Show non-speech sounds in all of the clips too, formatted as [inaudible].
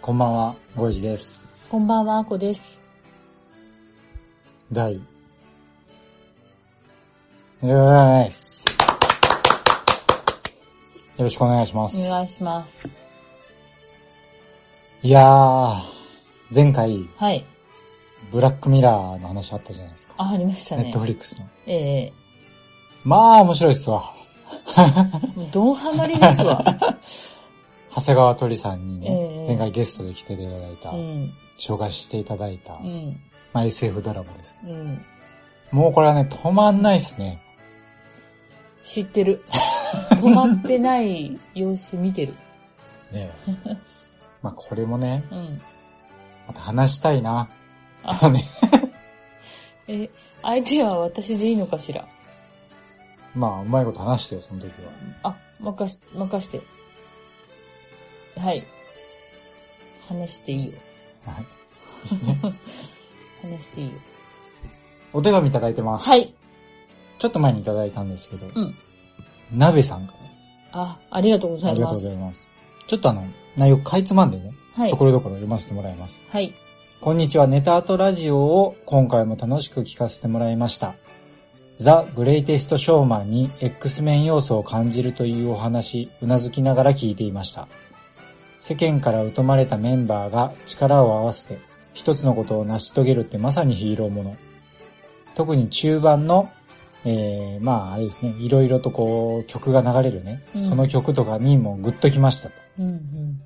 こんばんは、ゴイジです。こんばんはあこです第、お願いします。よろしくお願いします。お願いしますいやー、前回、はいブラックミラーの話あったじゃないですか。あありましたネッねトフリックスの。ええまあ、面白いっすわ。もうドンハマりですわ長谷川鳥さんにねえ、え前回ゲストで来ていただいた、うん紹介していただいた、うんまあ、SF ドラマです。うんもうこれはね、止まんないっすね。知ってる止まってない様子見てる [laughs] ねまあ、これもね、うんまた話したいな。あとね、え相手は私でいいのかしらまあ、うまいこと話してよ、その時は。あ、任し、任して。はい。話していいよ。はい。話していいよ。お手紙いただいてます。はい。ちょっと前にいただいたんですけど、うん。なべさんから、あ、ありがとうござあいりがとまうございす。ます。ちょっとあの、内容かいつまんでね、はいと。ころどころ読ませてもらいます。はい。こんにちは、ネタアートラジオを今回も楽しく聞かせてもらいました。ザ・グレイテスト・ショーマンに X メン要素を感じるというお話、うなずきながら聞いていました。世間から疎まれたメンバーが力を合わせて一つのことを成し遂げるってまさにヒーローもの。特に中盤の、えー、まああれですね、いろいろとこう曲が流れるね、うんその曲とかにもグッときましたと。うんうん。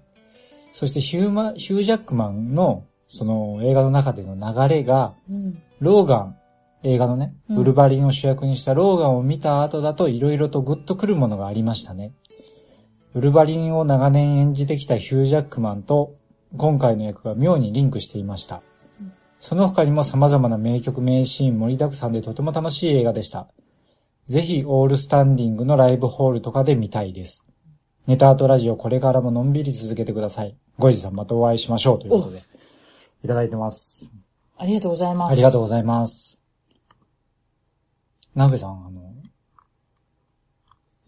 そしてヒューマ、ヒュージャックマンの、その映画の中での流れが、うん。ローガン、映画のね、うんブルバリンを主役にしたローガンを見た後だと色々とグッとくるものがありましたね。ブルバリンを長年演じてきたヒュージャックマンと今回の役が妙にリンクしていましたうん。その他にも様々な名曲名シーン盛りだくさんでとても楽しい映画でした。ぜひオールスタンディングのライブホールとかで見たいです。ネタアートラジオこれからものんびり続けてください。ゴイジさんまたお会いしましょうということで、いただいてます。ありがとうございます。ありがとう。うございます。なべさん、あの、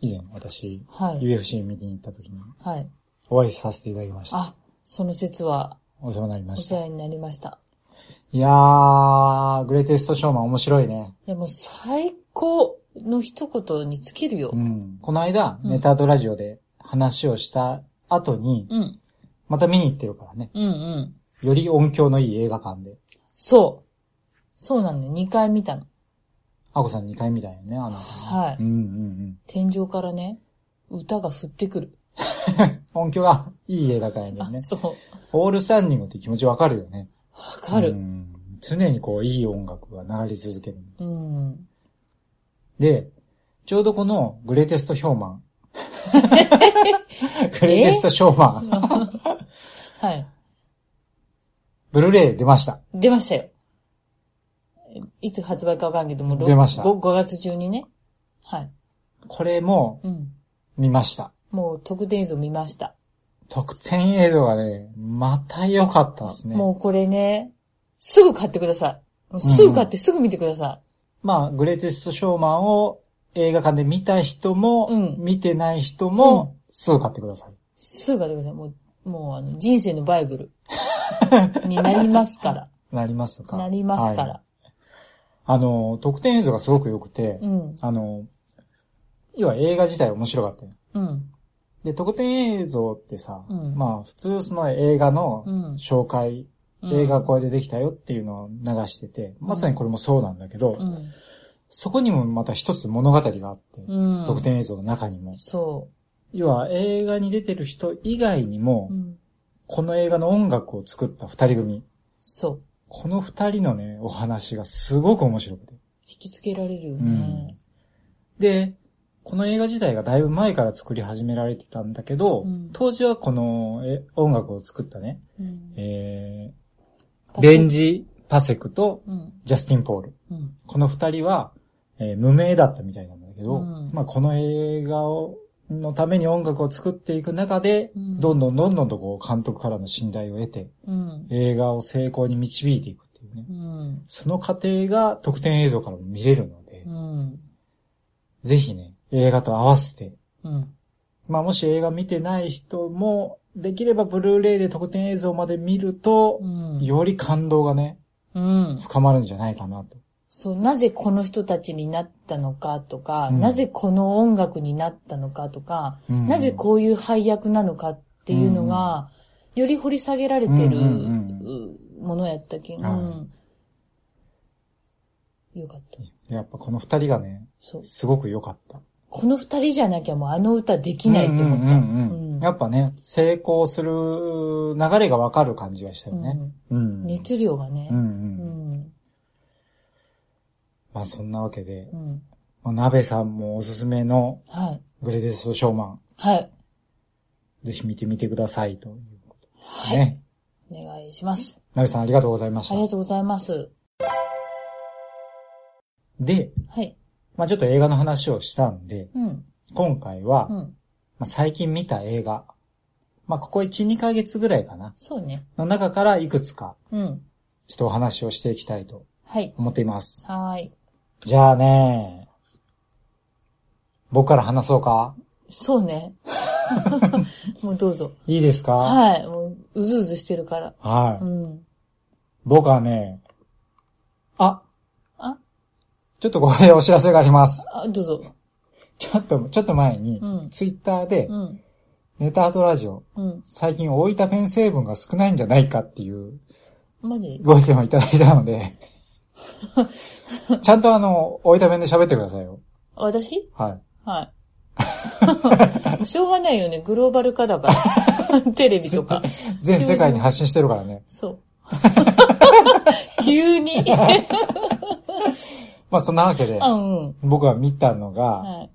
以前私、はい。 UFC 見に行った時にはい。お会いさせていただきました。あ、その説はお世話になりまおし世た。話になりました。いやー、グレイテストショーマン面白いね。いやもう最高の一言に尽きるよう。ん。この間、うんネタとラジオで話をした後に、うん。また見に行ってるからね。うんうん。より音響のいい映画館で。そう。そうなのよ。二回見たの。あこさん2回見たよね、あの。はいうんうんうん。天井からね、歌が降ってくる。音響がいい映画館あ、やねんね。そう。オールスタンディングって気持ちわかるよね。わかうる。ん常にこう、いい音楽が流れ続ける。うん。で、ちょうどこの、グレイテスト・ヒョーマ [laughs] ン。グレイテスト・ショーマン。はい。ブルーレイ出ました。出ましたよ。いつ発売かわかんないけども、ろ出ました 5, 5月中にね。はい。これも、うん。見ました。もう特典映像見ました。特典映像がね、また良かったですね。もうこれね、すぐ買ってください。もうすぐ買ってすぐ見てくださまあ、グレイテスト・ショーマンを映画館で見た人も、うん見てない人も、すぐ買ってください。い。すぐ買ってください。もう、もうあの、人生のバイブル [laughs] になりますから。なりますかなりますかはいら。あの、特典映像がすごく良くて、うん。あの、要は映画自体面白かったよ。うん。で、特典映像ってさ、うんまあ普通その映画うのん。紹介、うん映画これでできたよっていうのを流してて、まさにこれもそうなんだけど、うん。そこにもまた一つ物語があって、うん。特典映像の中にも。そ要は映画に出てる人以外にも、う。うん。この映画の音楽を作った二人組。そう。この二人のね、お話がすごく面白くて。引きつけられるよね。で、この映画自体がだいぶ前から作り始められてたんだけど、うん当時はこのえ音楽を作ったね、うんえー、ベン。ジ・パセクとうん。ジャスティン・ポール。うん。この二人は、えー無名だったみたいなんだけうど、んまあこの映画を、のために音楽を作っていく中で、うんどんどんどんどんとこう監督からの信頼を得て、うん。映画を成功に導いていくっていうね。うん。その過程が特典映像からも見れるので、うん。ぜひね、映画と合わせて、うん。まあもし映画見てない人も、できればブルーレイで特典映像まで見ると、うん。より感動がね、うん。深まるんじゃないかなと。そう、なぜこの人たちになったのかとか、うんなぜこの音楽になったのかとか、うんなぜこういう配役なのかっていうのが、より掘り下げられてる、うんうんうものやったけん、うはんよかった。やっぱこの二人がね、そう。すごく良かった。この二人じゃなきゃもうあの歌できないって思った。うんうんうんうんやっぱね、成功する流れがわかる感じがしたよね。うん。熱量がねうんう。。うんん。まあそんなわけでう、ん。まあ、鍋さんもおすすめのはい。グレデストショーマン、はい。ぜひ見てみてくださいということですはい。ね。お願いします。鍋さんありがとうございましありがた。とうございます。で、はい。まあちょっと映画の話をしたんで、うん。今回は、うまん。あ、最近見た映画、まあここ1、2ヶ月ぐらいかな、そうね。の中からいくつか、うん。ちょっとお話をしていきたいとはい。思っています。はーい。じゃあね、僕から話そうかそう [laughs] ね。もうどうぞ。いいですかい。はい。もう、うずうずしてるから。はうい。ん。僕はね、あ、あ、ちょっとここでお知らせがあります。あどうぞ。ちょっと、ちょっと前に、うんツイッターでう、ん。ネタハトラジオ、うん。最近大分弁成分が少ないんじゃないかっていうマジご意見をいただいた [laughs] ので、ちゃんとあの、大分弁で喋ってくださいよ。私はい。 [laughs] はい。しょうがないよね。グローバル化だ [laughs] から。テレビとか。全世界に発信してるからね。 [laughs] そう。急に。まあそんなわけでう、ん。僕が見たのが、はい。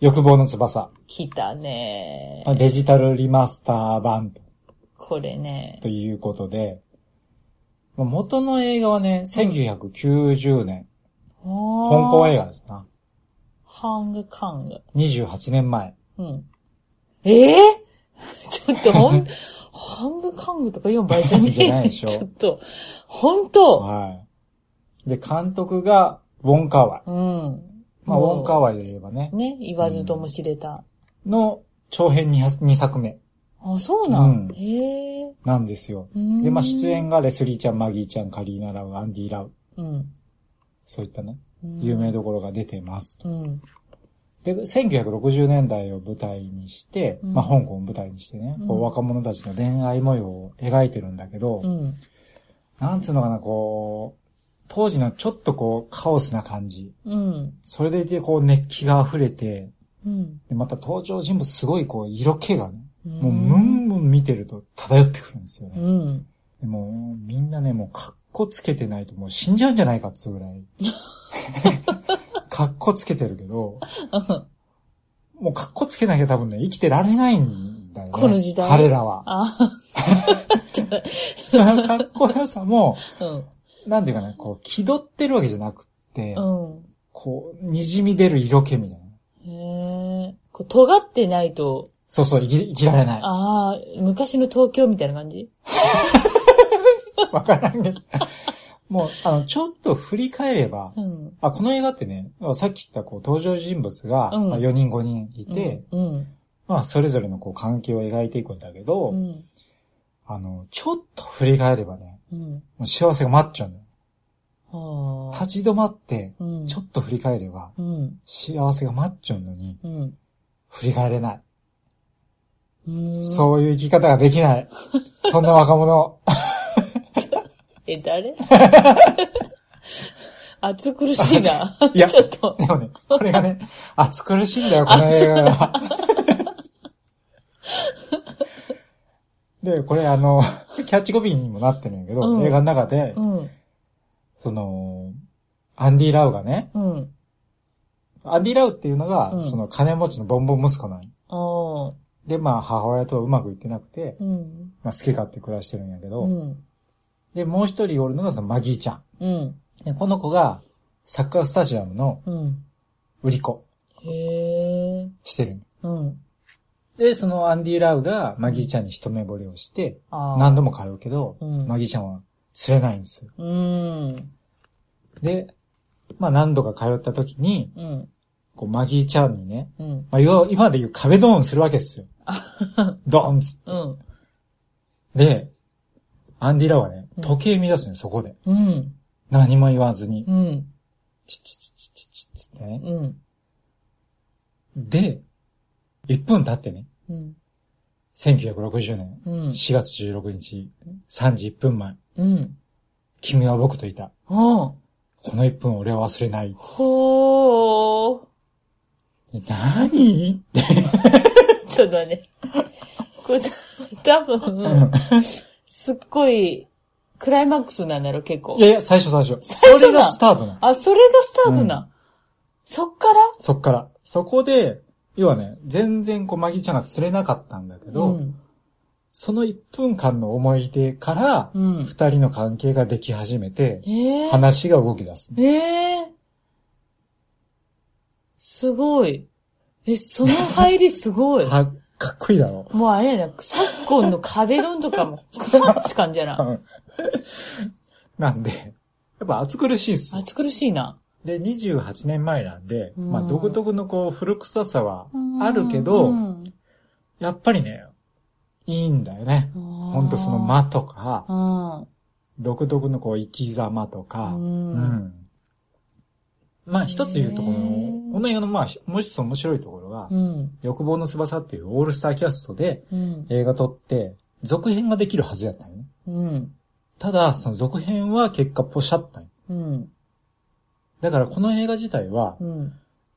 欲望の翼。来たね。デジタルリマスター版とこれねと。いうことで、まあ元の映画はね、1990年、香香港映画。画ですな。ハングカング。 28年前。うん。ええ [laughs] ちょっとほ [laughs] ん、ハングカングとか言う場合じゃねえ。じゃないでしょ [laughs] ちょっと、ほんと。はい。で、監督が、ウォンカーワイ。うん。まあ、ウもうォンカーワイで言えばね、ね、言わずとも知れた。の長編 2, 2作目あ、そうなん。うんへえ。なんですよ。うんで、まあ、出。演がレスリーちゃん、マギーちゃん、カリーナ・ラウ、アンディ・ラウ、うん。そういったね、うん有名。どころが出てます。うん。で、1960年代を舞台にして、うんまあ、香港を舞台にしてね、こううん若者たちの恋愛模様を描いてるんだけど、うん。なんつうのかな、こう、当時のちょっとこう、カオスな感じ。うん。それでいて、こう、熱気が溢れて、うん。でまた登場人物すごいこう、色気がね、もう、ムんンムン見てると漂ってくるんですようね。ん。でもう、みんなね、もう、かっこつけてないともう死んじゃうんじゃないかっつうぐら [laughs] い。かっこつけてるけど、もうかっこつけなきゃ多分ね、生きてられないんだよね。この時代彼らは。 [laughs] あ、そのかっこよさも、うん。なんていうかね、こう、気取ってるわけじゃなくっうて、ん。こう、滲み出る色気みたいな。へえ。こう、尖ってないと、そうそう、生き生きられない。ああ、昔の東京みたいな感じわからんけど。もう、あの、ちょっと振り返れば、うん。あ、この映画ってね、さっき言ったこう登場人物が、うんまあ、4人5人いて、うん。まあそれぞれのこう関係を描いていくんだけど、うん。あの、ちょっと振り返ればね、うん。もう幸せが待っちゃうのよ。はあ。立ち止まって、うん。ちょっと振り返れば、うん。幸せが待っちゃうのに、うん。振り返れない。うん。う。そういう生き方ができない。そんな若 [laughs] 者。え、誰暑苦しいな。いやちょっと。でもね、これがね、暑苦しいんだよ、この映画が。で、これあの、キャッチコピーにもなってるんやけど、うん映画の中でう、ん。その、アンディ・ラウがね、うん。アディラウっていうのが、うんその金持ちのボンボン息子なんよああ。で、まあ母親とはうまくいってなくて、うん。まあ好き勝手暮らしてるんやけど、うん。で、もう一人おるのがそのマギーちゃうん。ん。で、この子がサッカースタジアムのうん。売り子へえ。してるんようん。で、そのアンディ・ラウがマギーちゃんに一目惚れをして、ああ。何度も通うけど、うんマギーちゃんは釣れないんですよ。うん。で、まあ何度か通った時に、うん。こうマギーちゃんにね、うん。まあ、要は今で言う壁ドンするわけで [laughs] すよ。ドンっつっうん。て。で、アンディ・ラウはねう、ん時計見出すのよ、そこで。うん。何も言わずにう。ん。チッチッチッチッチッチッつってね。うん。で、1分経ってね、うん。 1960年うん。 4月16日、31分前、うん。君は僕といた。あこの1分俺は忘れない。ほー。何って。そうだね。これ、多分、すっごい、クライマックスなんだろ、結構い。やいや、最初最初。最初だそれがスタートなの。あ、それがスタートな。そっからそっから。そこで、要はね、全然こう、マギちゃんが釣れなかったんだけど、ん。その1分間の思い出から、うん。二人の関係ができ始めて、ええ話が動き出す。ええすごい。え、その入りす [laughs] ごい。は、かっこいいだろ。もうあれやな、昨今の壁ドンとかも、クマッチ感じゃうな。んなんで、やっぱ暑苦しいっすよ。暑苦しいな。で、28年前なんで、うんまあ独特のこう、古臭さはうんあるけどう、ん、やっぱりね、いいんだよね。ほほんとその間とか、うん。独特のこう、生き様とう。か、うんん。まあ一つ言うところへのー、この映画のまあ、ひもう一つ面白いところがう、ん。欲望の翼っていうオールスターキャストでうん。映画撮って、続編ができるはずやったんよね。うん。ただ、その続編は結果ポシャったんようん。だからこの映画自体は、うん。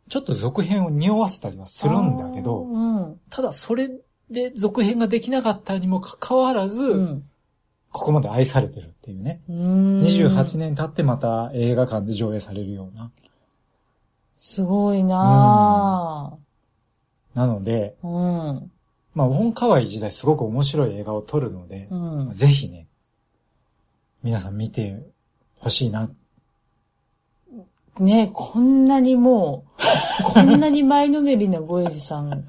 ちょっと続編を匂わせたりはするんだけど、うん。ただそれで続編ができなかったにもかかわらず、うん。ここまで愛されてるっていうね。うん28年経ってまた映画館で上映されるような。すごいななので、ぁ。うん。まあ、ウォンカワイ時代すごく面白い映画を撮るので、うん。ぜひね、皆さん見てほしいな。ねこんなにもう、 [laughs] こんなに前のめりなゴエジさん、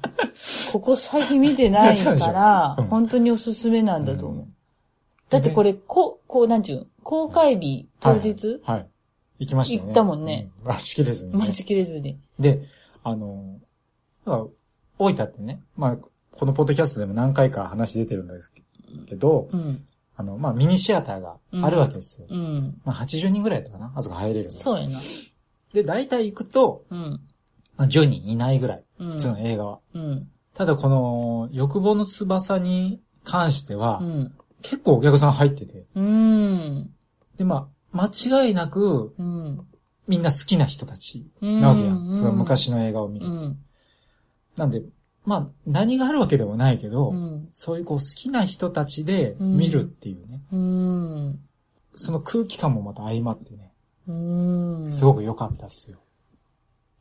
ここ最近見てないか [laughs] うらん、本当におすすめなんだと思う。うんだってこれ、こう、こう、なんちゅうん、公開日当日、はい、はい行きましたよね。行ったもんねうん。あ、しきれずに、ね待。ちきれずに。で、あの、まあ大分ってね、まあ、このポッドキャストでも何回か話出てるんですけど、うん。あの、まあ、ミニシアターがあるわけですよ。うん。まあ、80人ぐらいだったかなあそこ入れるのそうやな。で、大体行くと、うん。まあ、10人いないぐらい。うん普通の映画は。うん。ただこの、欲望の翼に関しては、うん。結構お客さん入ってて。うん。で、まあ、間違いなく、うん。みんな好きな人たちうん。なわけやん。うんその昔の映画を見て。うん。なんで、まあ、何があるわけでもないけど、うん。そういうこう好きな人たちで見るっていうね、うん。その空気感もまた相まってね、うん。すごく良かったっすよ。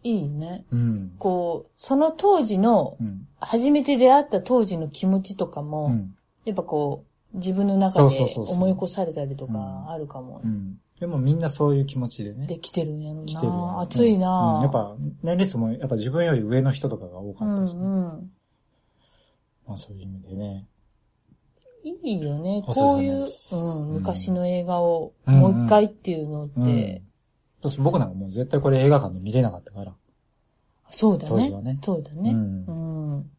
いいね。うん。こう、その当時のう、ん。初めて出会った当時の気持ちとかうも、ん。やっぱこう、自分の中そうでそうそうそう思い起こされたりとうんかあるかもう。ん。でもみんなそういう気持ちでね。できてるんやろ来てるよな。暑いな、うん。やっ、ぱ、年齢層もやっぱ自分より上の人とかが多かうったんですね。うん。まあそういう意味でね。いいよね。おすすめこういうで、すうん、うん昔の映画をうんもう一回っていうのって、うん。私僕なんかもう絶対これ映画館で見れなかったから。そうだ当時ねはねそうだね、うんうん。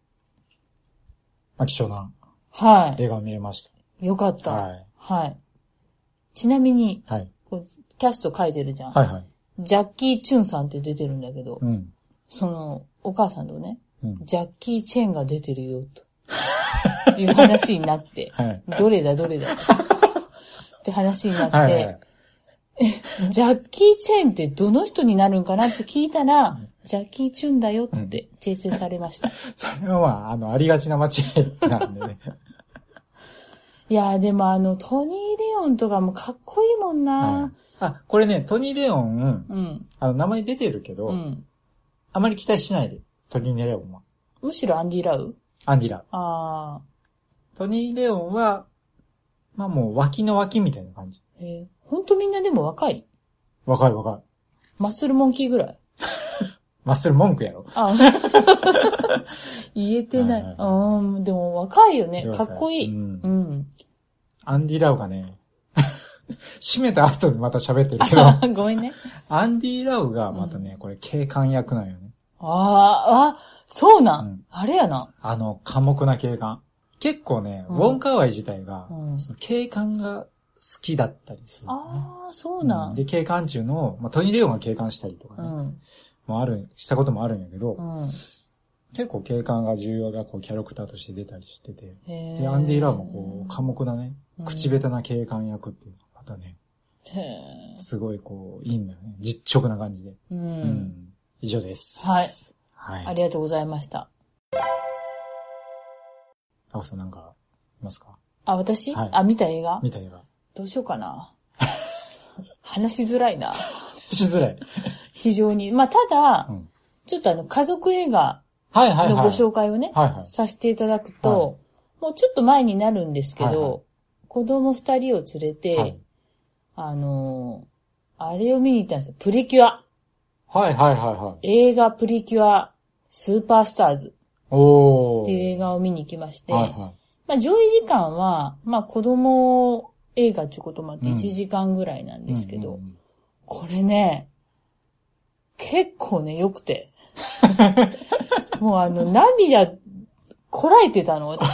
まあ貴重なは映画を見れまし。い。よかったた。ははい。い。ちなみに、はい。こうキャスト書いてるじゃん。はいはい。ジャッキー・チュンさんって出てるんだけど、うん。その、お母さんとね、うん。ジャッキー・チェンが出てるよ、という話にな [laughs] って、はい。どれだどれだって話になって、はいはい。ジャッキー・チェンってどの人になるんかなって聞いたら、ジャッキー・チュンだよって訂正されました。それはまあ、あの、ありがちな間違いなんで [laughs] ね。いやーでもあの、トニー・レオンとかもかっこいいもんな、はいあ、これね、トニー・レオン、うん。あの、名前出てるけど、うん。あまり期待しないで。トニー・レオンは。むしろアンディ・ラウアンディラウ。あトニー・レオンは、まあもう脇の脇みたいな感じ。ー、えー、ほんとみんなでも若い。若い若い。マッスルモンキーぐらい。マッスル文句やろ。あ言えてない。はいはうん、でも若いよねで。もかさっこいい。うんうん。アンディ・ラウがね、 [laughs] 閉めた後にまた喋ってるけど、あごめんね。 [laughs] アンディ・ラウがまたね、これ警官役なんよね。あー、あ、そうなん。うんあれやな。あの、寡黙な警官。結構ね、うんウォンカワイ自体が、うんその警官が好きだったりする、ね。ああ、そうなうんん。で、警官中の、まあ、トニー・レオンが警官したりとかうね、ん。もある、したこともあるんやけど、うん。結構警官が重要なこうキャラクターとして出たりしてて、へで、アンディ・ラウもこう、寡黙なねう、ん口下手な警官役っていうのがまたね、う。へすごいこう、いいんだよね。実直な感じで。ーう。うん以上です。はい。はい。ありがとうございました。あこさんなんか、いますかあ、私はいあ、見た映画見た映画。どうしようかな。話しづらいな。しづらい。非常に。まあ、ただう、ん。ちょっとあの、家族映画はいはいのはい。ご紹介をね、はいはいさせていただくと、はもうちょっと前になるんですけど、はいはい子供二人を連れて、はいあのーあれを見に行ったんですよ。プリキュア。はいはいはいはい。映画プリキュアスーパースターズおー。っていう映画を見に行きまして、はいはまあ上位時間は、まあ子供映画っていうこともあってうん1時間ぐらいなんい。ですけど、うんうんうんこれね、結構ね、良く [laughs] て。もうあの、涙、こらえてたの、私。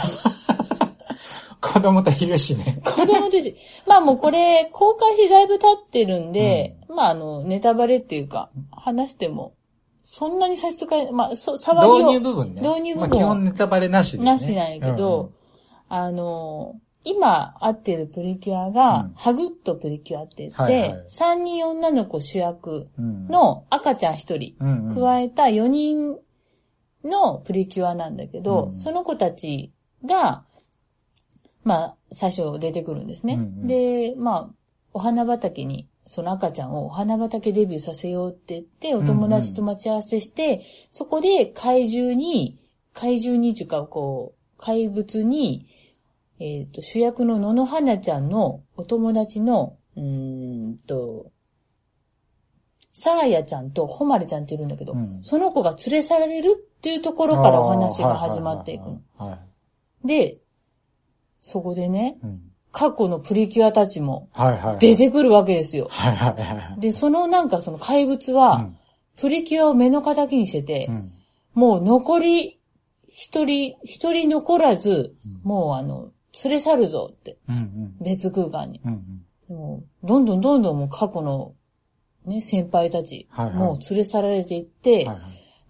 子供といるしね。子供ですし。 [laughs] まあもうこれ、公開してだいぶ経ってるんで、まああの、ネタバレっていうか、話しても、そんなに差し支え、まあ、そ、触りを。導入部分ね。導入部分まあ基本ネタバレなしで、ね。なしなんやけど、あの、今会ってるプリキュアが、うんハグッとプリキュアって言って、はいはい3人女の子主役うんうん、の赤ちゃん1人、うんうん、加えた4人のプリキュアなんだけど、うんその子たちが、まあ、最初出てくるんですね。うんうんで、まあ、お花畑に、その赤ちゃんをお花畑デビューさせようって言って、お友達と待ち合わせして、そこで怪獣に、怪獣にっていうか、こう、怪物に、えっ、と、主役の野々花ちゃんのお友達の、うーんと、サーヤちゃんとホマレちゃんっているんだけど、うんその子が連れ去られるっていうところからお話が始まっていくあーの。はいはいはいはい。はいで、そこでね、うん過去のプリキュアたちもはいはいはい。出てくるわけですよ。はいはいはいはい。で、そのなんかその怪物は、うんプリキュアを目の敵にしてて、うんもう残り、一人、一人残らず、うんもうあの、連れ去るぞって、うんうん別空間に。うんうんもう、どんどんどんどんもう過去の、ね、先輩たち、はいはいもう連れ去られていって、はいはい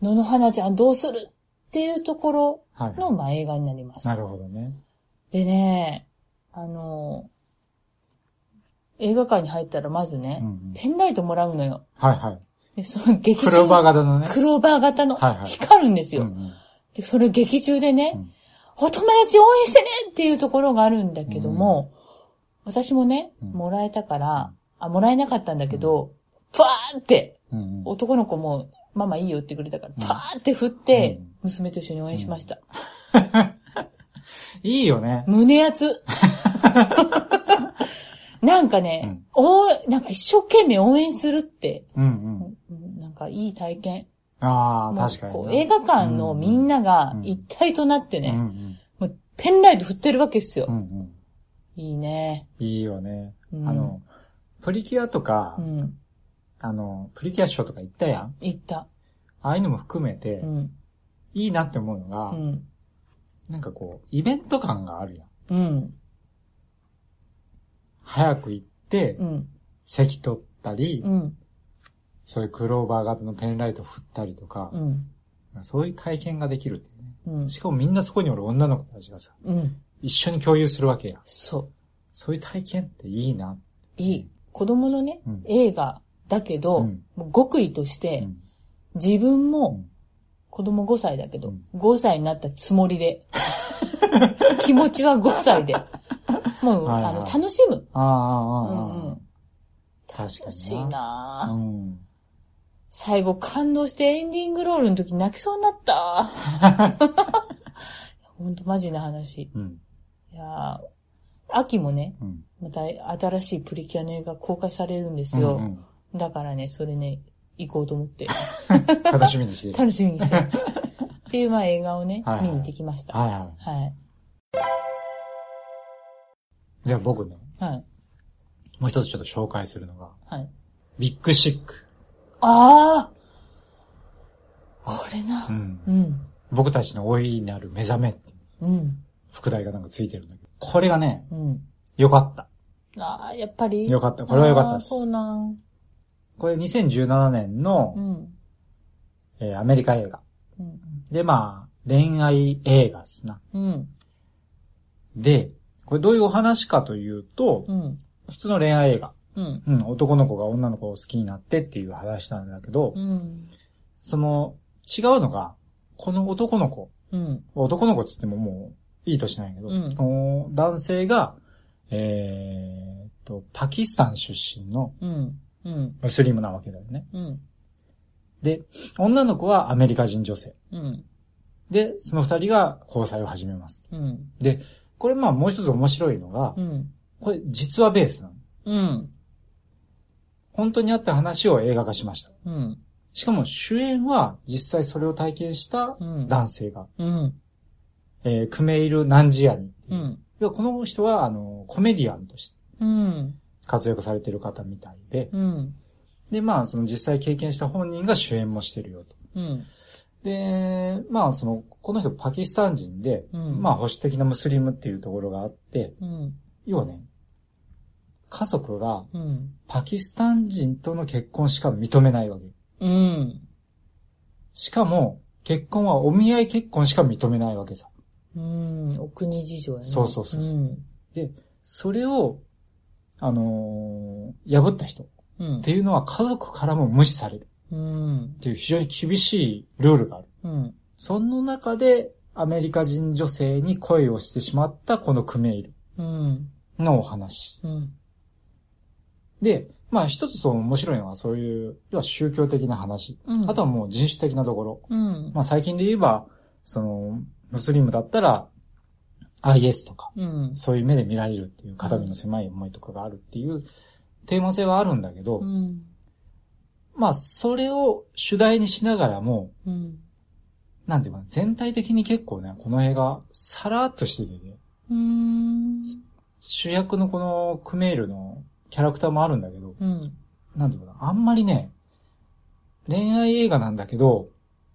野々花ちゃんどうするっていうところはいの、はまあ、映画になりまい。すな。るほどね。でね、あの、映画館に入ったらまずね、うんうんペンライトもらうのよ。はいはい。で、その劇中。クローバー型のね。クローバー型の、はいはい光るんですよ、うんうんで、それ劇中でね、うんお友達応援してねっていうところがあるんだけども、私もね、うんもらえたから、あ、もらえなかったんだけど、パーって、うんうん男の子も、ママいいよってくれたから、パーって振って、うん娘と一緒に応援しました。いいよね。胸熱。なんかね、応援なんか一生懸命応援するって、うんうん。うんなんかいい体験。ああ、もう確かにこな。う映画館のみんなが一体となってね、うんうんもうペンライト振ってるわけですよ。うんうん。いいね。いいよね。うんあの、プリキュアとか、うん。あの、プリキュアショーとか行ったやん。行った。ああいうのも含めてう、ん。いいなって思うのが、うん。なんかこう、イベント感があるやん。うん。早く行って、うん。席取ったり、うん。そういうクローバー型のペンライト振ったりとかう、ん。そういう体験ができるっていうね。うん。しかもみんなそこにおる女の子たちがさ、うん。一緒に共有するわけや。そう。そういう体験っていいな。いい。子供のね、うん映画だけど、うんもう極意としうて、ん。自分うもん、子供5歳だけど、うん5歳になったつもりで、 [laughs] 気持ちは5歳で、もう、はいはあいの、楽しむ。ああ、ああうああ、んうん。確かにな楽しいなうぁん。最後感動してエンディングロールの時泣きそうになった。 [laughs] ほんとマジな話。うん。いやー秋もね、うん。また新しいプリキュアの映画公開されるんですうんよ。うんだからね、それね、行こうと思って、楽しみにしている。 [laughs] 楽しみにしてます。っていう、まあ映画をね、はいはい見に行ってきました。はいははい。い。じゃあ僕ね、はい。もう一つちょっと紹介するのが、はい。ビッグシック。ああこれなう。ん。うん。僕たちの老いになる目覚めっていううん。副題がなんかついてるんだけど。これがね、うん。良かった。ああ、やっぱり。良かった。これは良かったあーでそうす。なん。これ2017年のう、ん。えーアメリカ映画。うん。で、まあ、恋愛映画ですな。うん。で、これどういうお話かというと、うん。普通の恋愛映画。うん。うん、男の子が女の子を好きになってっていう話なんだけど、うん。その、違うのが、この男の子、うん。男の子っつってももう、いい年なんやけど、うんこの男性が、えーっと、パキスタン出身のうん。うん。ムスリムなわけだよね。うん。で、女の子はアメリカ人女性。うん。で、その二人が交際を始めます。うん。で、これまあもう一つ面白いのがう、ん。これ実話ベースなの。うん。本当にあった話を映画化しました。うん。しかも主演は実際それを体験したうん。男性が、うん。えークメイル・ナンジアニってう。いうん要はこの人は、あの、コメディアンとしてうん。活躍されてる方みたいで、うん。で、まあ、その実際経験した本人が主演もしてるよと。うん。で、まあ、その、この人パキスタン人で、うんまあ、保守的なムスリムっていうところがあって、うん。要はね、家族がうん。パキスタン人との結婚しか認めないわけ。うん。しかも、結婚はお見合い結婚しか認めないわけさ。うん。お国事情やね。。そうそうそうそうんそれを、あのー破った人っうん。ていうのは家族からも無視されるうんっ。ていう非常に厳しいルールがある。うん。その中でアメリカ人女性に恋をしてしまったこのクメイルうん。のお話。うん。で、まあ一つそう面白いのはそういう、要は宗教的な話。うん。あとはもう人種的なところ。うん。まあ最近で言えば、その、ムスリムだったら IS とか、うん。そういう目で見られるっていう、肩身の狭い思いとかがあるっていう、テーマ性はあるんだけど、うん。まあ、それを主題にしながらも、うん。なんていうかな、全体的に結構ね、この映画、さらっとしててね、うん。主役のこのクメールのキャラクターもあるんだけど、うん。なんていうかな、あんまりね、恋愛映画なんだけど、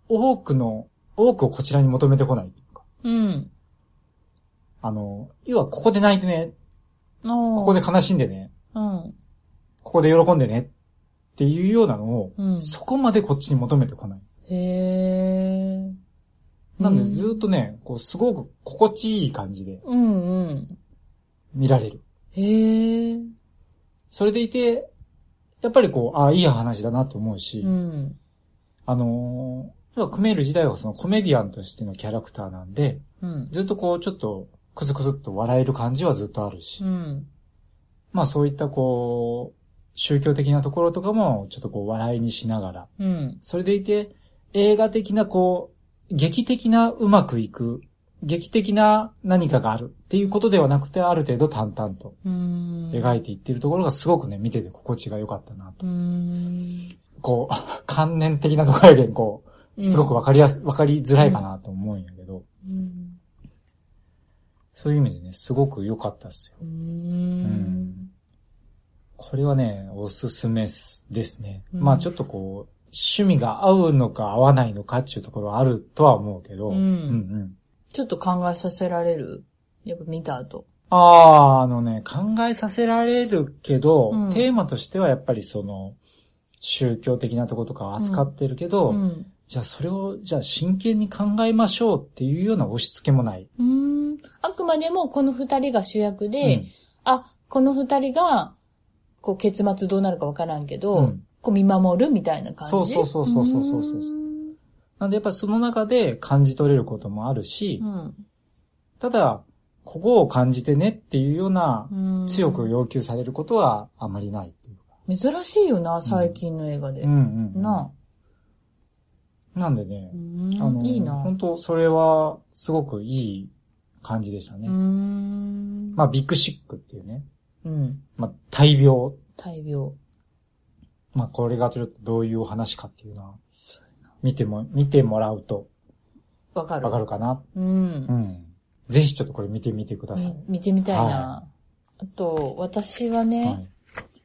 多くの、多くをこちらに求めてこないっていうか、うん。あの、要はここで泣いてね、こここで。悲しんでね、うん。ここで喜んでね、っていうようなのを、うん。そこまでこっちに求めてこない。へえ。なんでずっとね、こう、すごく心地いい感じでうんうん。見られる。へえ。それでいて、やっぱりこう、ああ、いい話だなと思うし、うん。あのー、要はクメール自体はそのコメディアンとしてのキャラクターなんで、うん。ずっとこう、ちょっと、クスクスっと笑える感じはずっとあるし、うん。まあそういったこう、宗教的なところとかも、ちょっとこう、笑いにしながら、うん。それでいて、映画的なこう、劇的なうまくいく、劇的な何かがあるっていうことではなくて、ある程度淡々とうん。描いていってるところがすごくね、見てて心地が良かったなと。うん。こう、 [laughs] 観念的なところやけん、こう、すごくわかりやす、わかりづらいかなと思うんやけど、うん。そういう意味でね、すごく良かったっすよ。う。。うんこれはね、おすすめっすですね。うんまあちょっとこう、趣味が合うのか合わないのかっていうところはあるとは思うけど、うんうんうんちょっと考えさせられる。やっぱ見た後。ああ、あのね、考えさせられるけど、うんテーマとしてはやっぱりその、宗教的なところとかは扱ってるけど、うん。じゃあそれを、じゃあ真剣に考えましょうっていうような押し付けもない。うん。あくまでもこの二人が主役で、うんあ、この二人が、こう結末どうなるかわからんけど、うんこう見守るみたいな感じ。そうそうそうそうそうそうそううんなんでやっぱその中で感じ取れることもあるし、う。ただ、ここを感じてねっていうようなんうん強く要求されることはあまりないっていうか。珍しいよな、最近の映画で。うんうんうん。なあ。なんでね、あんの、いいな。本当それは、すごくいい感じでしたね。うーん。まあ、ビッグシックっていうね、うん。まあ、大病。大病。まあ、これがちょっとどういうお話かっていうのは、見ても、見てもらうとわかる。わかるかな。う。うんん。ぜひちょっとこれ見てみてくださいみ。見てみたいはな。あと、私はね、はい。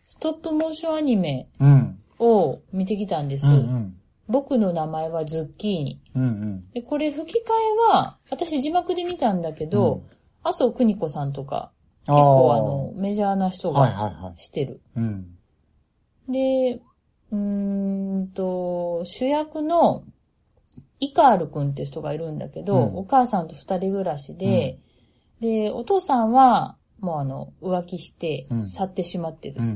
ストップモーションアニメうん。を見てきたんです。うんうん。僕の名前はズッキーニ。うんうん。で、これ吹き替えは、私字幕で見たんだけど、うん麻生邦子さんとか、結結構あの、メジャーな人はいがはいはい。してる。うん。で、うーんと、主役のイカールくんって人がいるんだけど、うんお母さんと二人暮らしで、で、お父さんは、もうあの、浮気してう、ん去ってしまってる。うん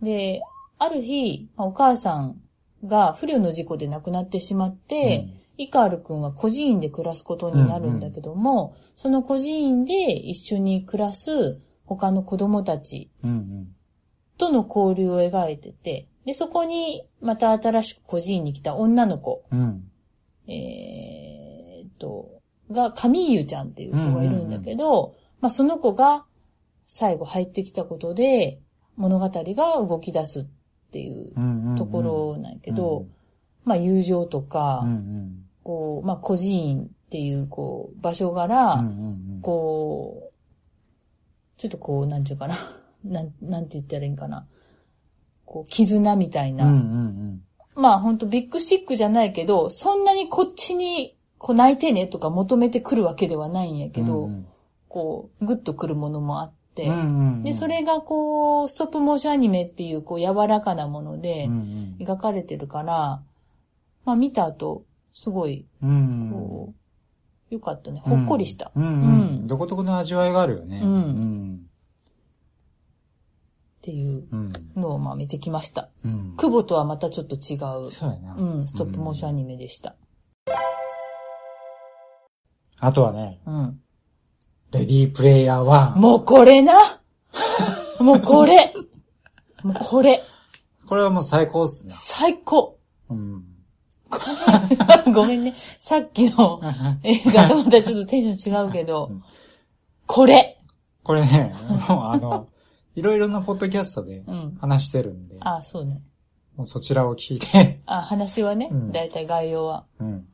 うん。で、ある日、まあお母さんが不慮の事故で亡くなってしまって、イカールくんは孤児院で暮らすことになるんだけども、その孤児院で一緒に暮らす他の子供たちうんうん。との交流を描いてて、で、そこにまた新しく孤児院に来た女の子、うん。えーっと、が、カミーユちゃんっていう子がいるんだけど、まあその子が最後入ってきたことで物語が動き出すっていううんうん。ところなんやけど、まあ友情とか、うんうん。こう、まあ、孤児院っていう、こう、場所うんう柄、んこう、ちょっとこう、なんちゅうかな。 [laughs] なん、なんて言ったらいいんかな。こう、絆みたいうん。うな。んうんまあ、ほんとビッグシックじゃないけど、そんなにこっちに、こう、泣いてねとか求めてくるわけではないんやうけん。ど、うんこう、グッとくるものもあって、うん。で、それがこう、ストップモーションアニメっていう、こう、柔らかなものでうんう、ん、描かれてるから、まあ、見た後、すごいうんこう、よかったね。ほっこりした。うんうんうんどこどこの味わいがあるよね。うんうん。っていううん。のをまあ見てきました。うん。久保とはまたちょっと違う、そうやな。うん、ストップモーションアニメでした。あとはね、うん。レディープレイヤー1。もうこれな [laughs] もうこれもうこれこれはもう最高っすね。最高 [laughs] うん。ごめんね。さっきの映画と [laughs] またちょっとテンション違うけどうん、これこれね、もうあの、いろいろなポッドキャストでうん。話してるんで、あ、そうね。もうそちらを聞いて、 [laughs] あ、話はねう、んだいたい概要は。うん、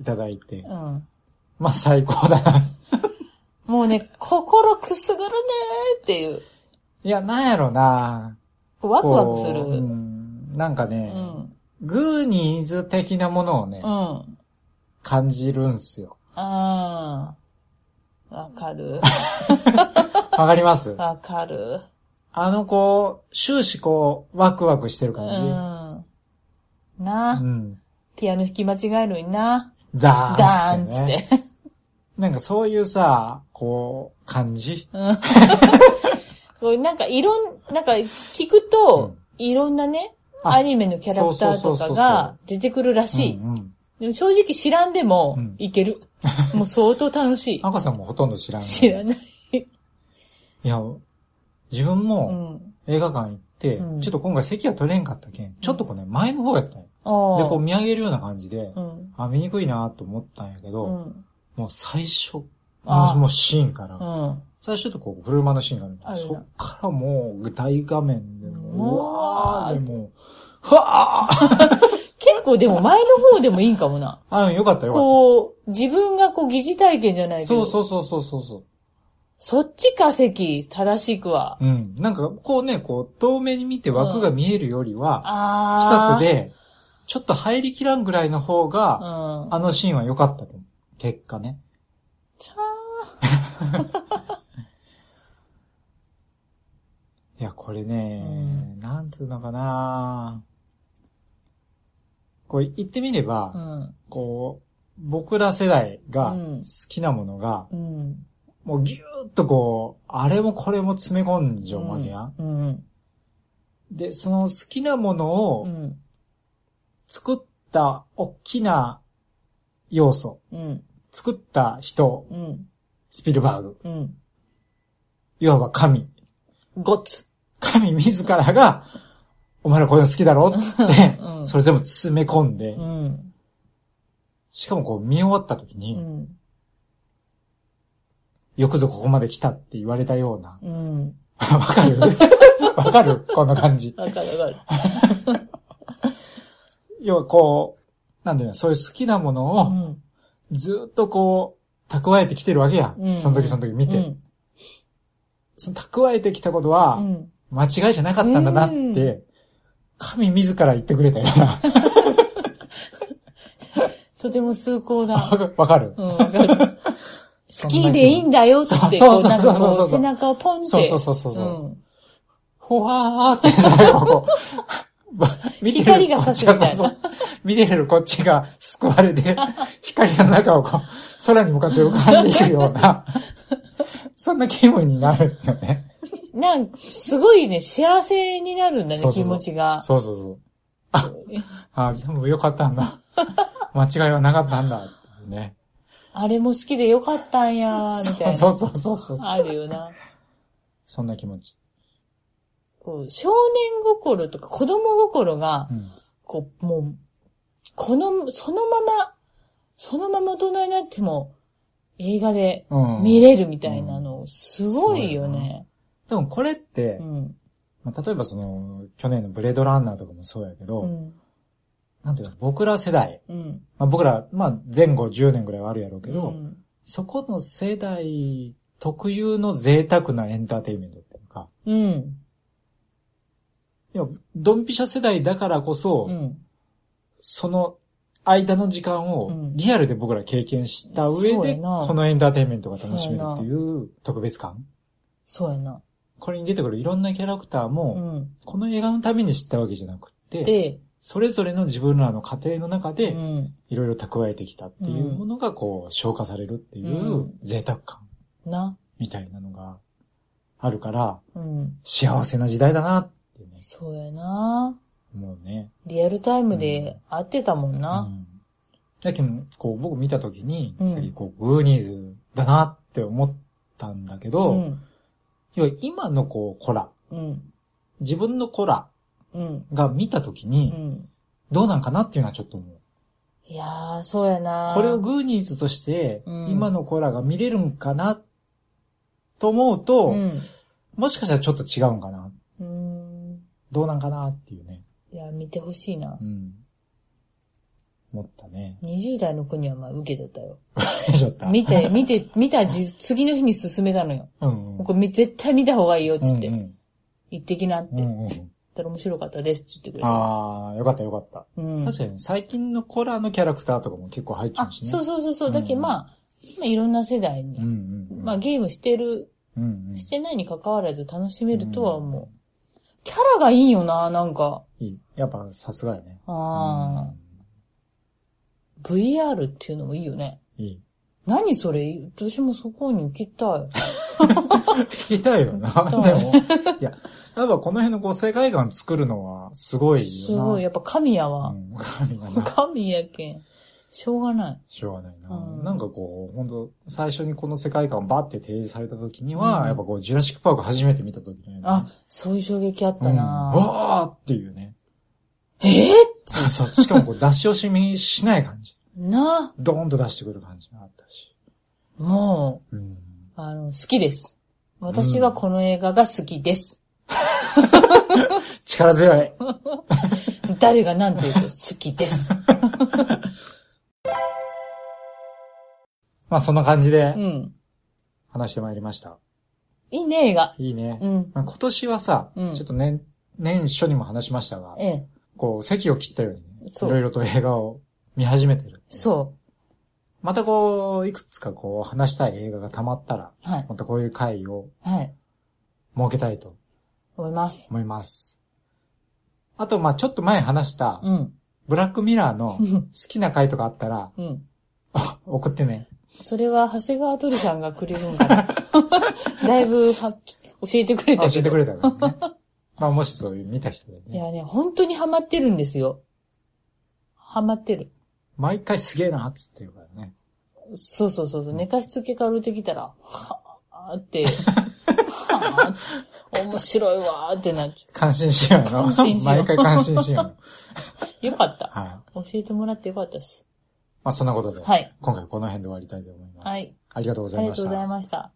いただいて、うん。まあ最高だな。もうね、心くすぐるねーっていう。いや、なんやろなワクワクする。こううんなんかね、うん。グーニーズ的なものをね、うん。感じるんすよ。ああ。わか [laughs] る。わかりますわかる。あのこう、終始こう、ワクワクしてるうん。感なじ。うん。ピアノ弾き間違えるのにな。ダダーーンンっっつつっ、ってね。て。 [laughs] なんかそういうさ、こう、感じ。 [laughs] こうなんかいろん、なんか聞くと、いろんなね、あアニメのキャラクターそとうそうそかうそうが出てくるらしいうんうん。でも正直知らんでもうんいける。もう相当楽し赤さんもほとんど知らい。ない。知らない。いや、自分うもん。映画館行って、うんちょっと今回席は取れんかったけん、ちょっとこうね、前の方やったんよ。あで、あこう見上げるような感じで、うん。あ、見にくいなと思ったんやけど、うん。もう最初、ああのもうシーンから、うん。最初とこう、車のシーンがあるんだあけるどなそっからもう、大画面でもう、ううわわーーでもう、はあ結構でも前の方でもいいんかもな。あ、うんよかったよかっこう、自分がこう疑似体験じゃないた。けそど、うそうそうそうそうそそっちか席、正しくは。う。うん。なんか、こうね、こう、遠目に見て枠が見えるよりは、近ああ。く。で、ちょっと入りきらんぐらいの方うん。が、ああのシーンは良かったと思う。結果ね。ちゃいや、これね、うなんつうのかなこう、言ってみれば、ーうん。こう、僕ら世代がうん好きなものが、うん。もうぎゅーっとこう、あれもこれも詰め込んじゃうわけや、ん。うん。で、その好きなものうをん。作った大きな要素、うん。作った人、うん。スピルバーグ、うん。いわば神。ごっ [laughs] つ。神自らが、お前らこういうの好きだろっつってう、んそれでも詰め込んでう、ん。しかもこう見終わった時うに、ん。よくぞここまで来たって言われたような。 [laughs] うん。わかる [laughs] わかるこんな感じ。わかるわかる。要はこう、なんだよ、そういう好きなもうのをん。ずっとこう、蓄えてきてるわけや。うんその時その時見て、うんその蓄えてきたことは、うん。間違いじゃなかったんだなって、うん神自ら言ってくれたような。 [laughs] とても崇高な。わかる、うん、わかる。 [laughs] そ好んなきでいいんだよって、そうこう、なんかそうそうそうこそうう、背中をポンって。そうそうそうそうそううんほわーって最後こう、 [laughs] ば見て光がるこ差っすちみが、たいなそうそう見てるこっちが救われ [laughs] て、光の中をこう、空に向かって浮かんでいるような、そんな気分になるよね。 [laughs] なんか、すごいね、幸せになるんだね、そうそう気そう持ちが。そうそうそう。あ、あ全部良かった [laughs] んだ。間違いはなかったんだ。っていうね。あれも好きでよかったんや、みたいそな。うそうそうそうそう。あるよな。そんな気持ち。こう、少年心とか子供心がう、ん。こう、もう、この、そのまま、そのまま大人になっても、映画でうん。見れるみたいなの、すごいよね。でもこれってう、ん。まあ、例えばその、去年のブレードランナーとかもそうやけど、うん。なんていうか、僕ら世代、うん。まあ、僕ら、まあ、前後10年ぐらいはあるやろうけど、うんそこの世代特有の贅沢なエンターテインメントっていうか、うん。要はドンピシャ世代だからこそ、うん。その間の時間うをんリアルで僕ら経験した上そうで、やなこのエンターテインメントが楽しめるっていう特別感そうやな。これに出てくるいろんなキャラクターうも、ん。この映画のために知ったわけじゃなくって、で、それぞれの自分らの家庭の中うで、ん。いろいろ蓄えてきたっていううんものが、こう、消化されるっていううん贅沢感な。みたいなのがあるから、うん。幸せな時代だなってね、そうやな。思うね。リアルタイムで会ってたもんうな。んだけど、こう、僕見たときに、うん次、こう、グーニーズだなって思ったんだけうど、ん。要は今のこう、コラ、うん。自分のコラうん。が見たときうに、ん。どうなんかなっていうのはちょっと思う。いやー、そうやな。これをグーニーズとして、うん今のコラが見れるんかな、と思うと、うん。もしかしたらちょっと違うんかな。うーん。どうなんかなっていうね。いや、見てほしいな。う。ん。思ったね20代の [laughs] 子にはまあ受けてたよ。ちょっと。見て、見て、見た [laughs] じ、次の日に進めたのよ。うんうん。これみ絶対見た方がいいよ、うつっんて。うん。行ってきなって。う言っんうん。たら面白かったです、って言ってくれた。あー、よかったよかった。うん。確かに最近のコラのキャラクターとかも結構入っちゃあう、しね。そうう。そうそうそう。だけうんどまあ、今いろんな世代に、んうん。まあ、ゲームしてる、うんうん。してないに関わらず楽しめるとは思う。キャラがいいよな、なんか。いい。やっぱさすがやね。ああ、VR っていうのもいいよね。うんいい。何それ私もそこに行きたい。聞きたいよ [laughs] な。できもたい、いや、やっぱこの辺のこう世界観作るのはすごいよな。すごい、やっぱ神やうわ。ん。神が [laughs] な。神やけん。しょうがない。しょうがないな。うんなんかこう、本当最初にこの世界観をバーって提示された時には、うんやっぱこう、ジュラシックパーク初めて見た時のようなあ、そういう衝撃あっうたん、な、わーっていうね。ええそうそう。しかもこう、出し惜しみしない感じ。なドーンと出してくる感じがあったし。もうん。う、あの、好きです。私はこの映画が好きです。力強い。誰が何と言うと好き [laughs] です。まあそんな感じでうん。話してまいりました。いいね、映画。いいね。うん。まあ、今年はさ、うんちょっと年、年初にも話しましたが、ええ。こう、席を切ったようにね、いそうろいろと映画を見始めてる。そまたこう、いくつかこう、話したい映画が溜まったら、う。はい。またこういう回をはい。設けたいと思います。思います。あと、まあちょっと前話したう、ん。ブラックミラーのう好んきな回とかあったら、うん。送ってね。それは、長谷川鳥さんがくれるんか [laughs] な。だいぶは、教えてくれたけ教ど。えてくれたからね。 [laughs] まあもしそういう見た人でいね。やね、本当にハマってるんですよ。ハマってる。毎回すげえな、っつって言うからね。そうそうそうそう。寝かしつけから出てきたら、はぁーって、はぁー面白いわーってなっちゃ感心しようの感心しよう毎回感心しようのう。よかった。はい。教えてもらってよかったです。ままあそんなことで、はい。今回この辺で終わりたいと思います。はい。ありがとうごあざりいがまとうしございた。ました。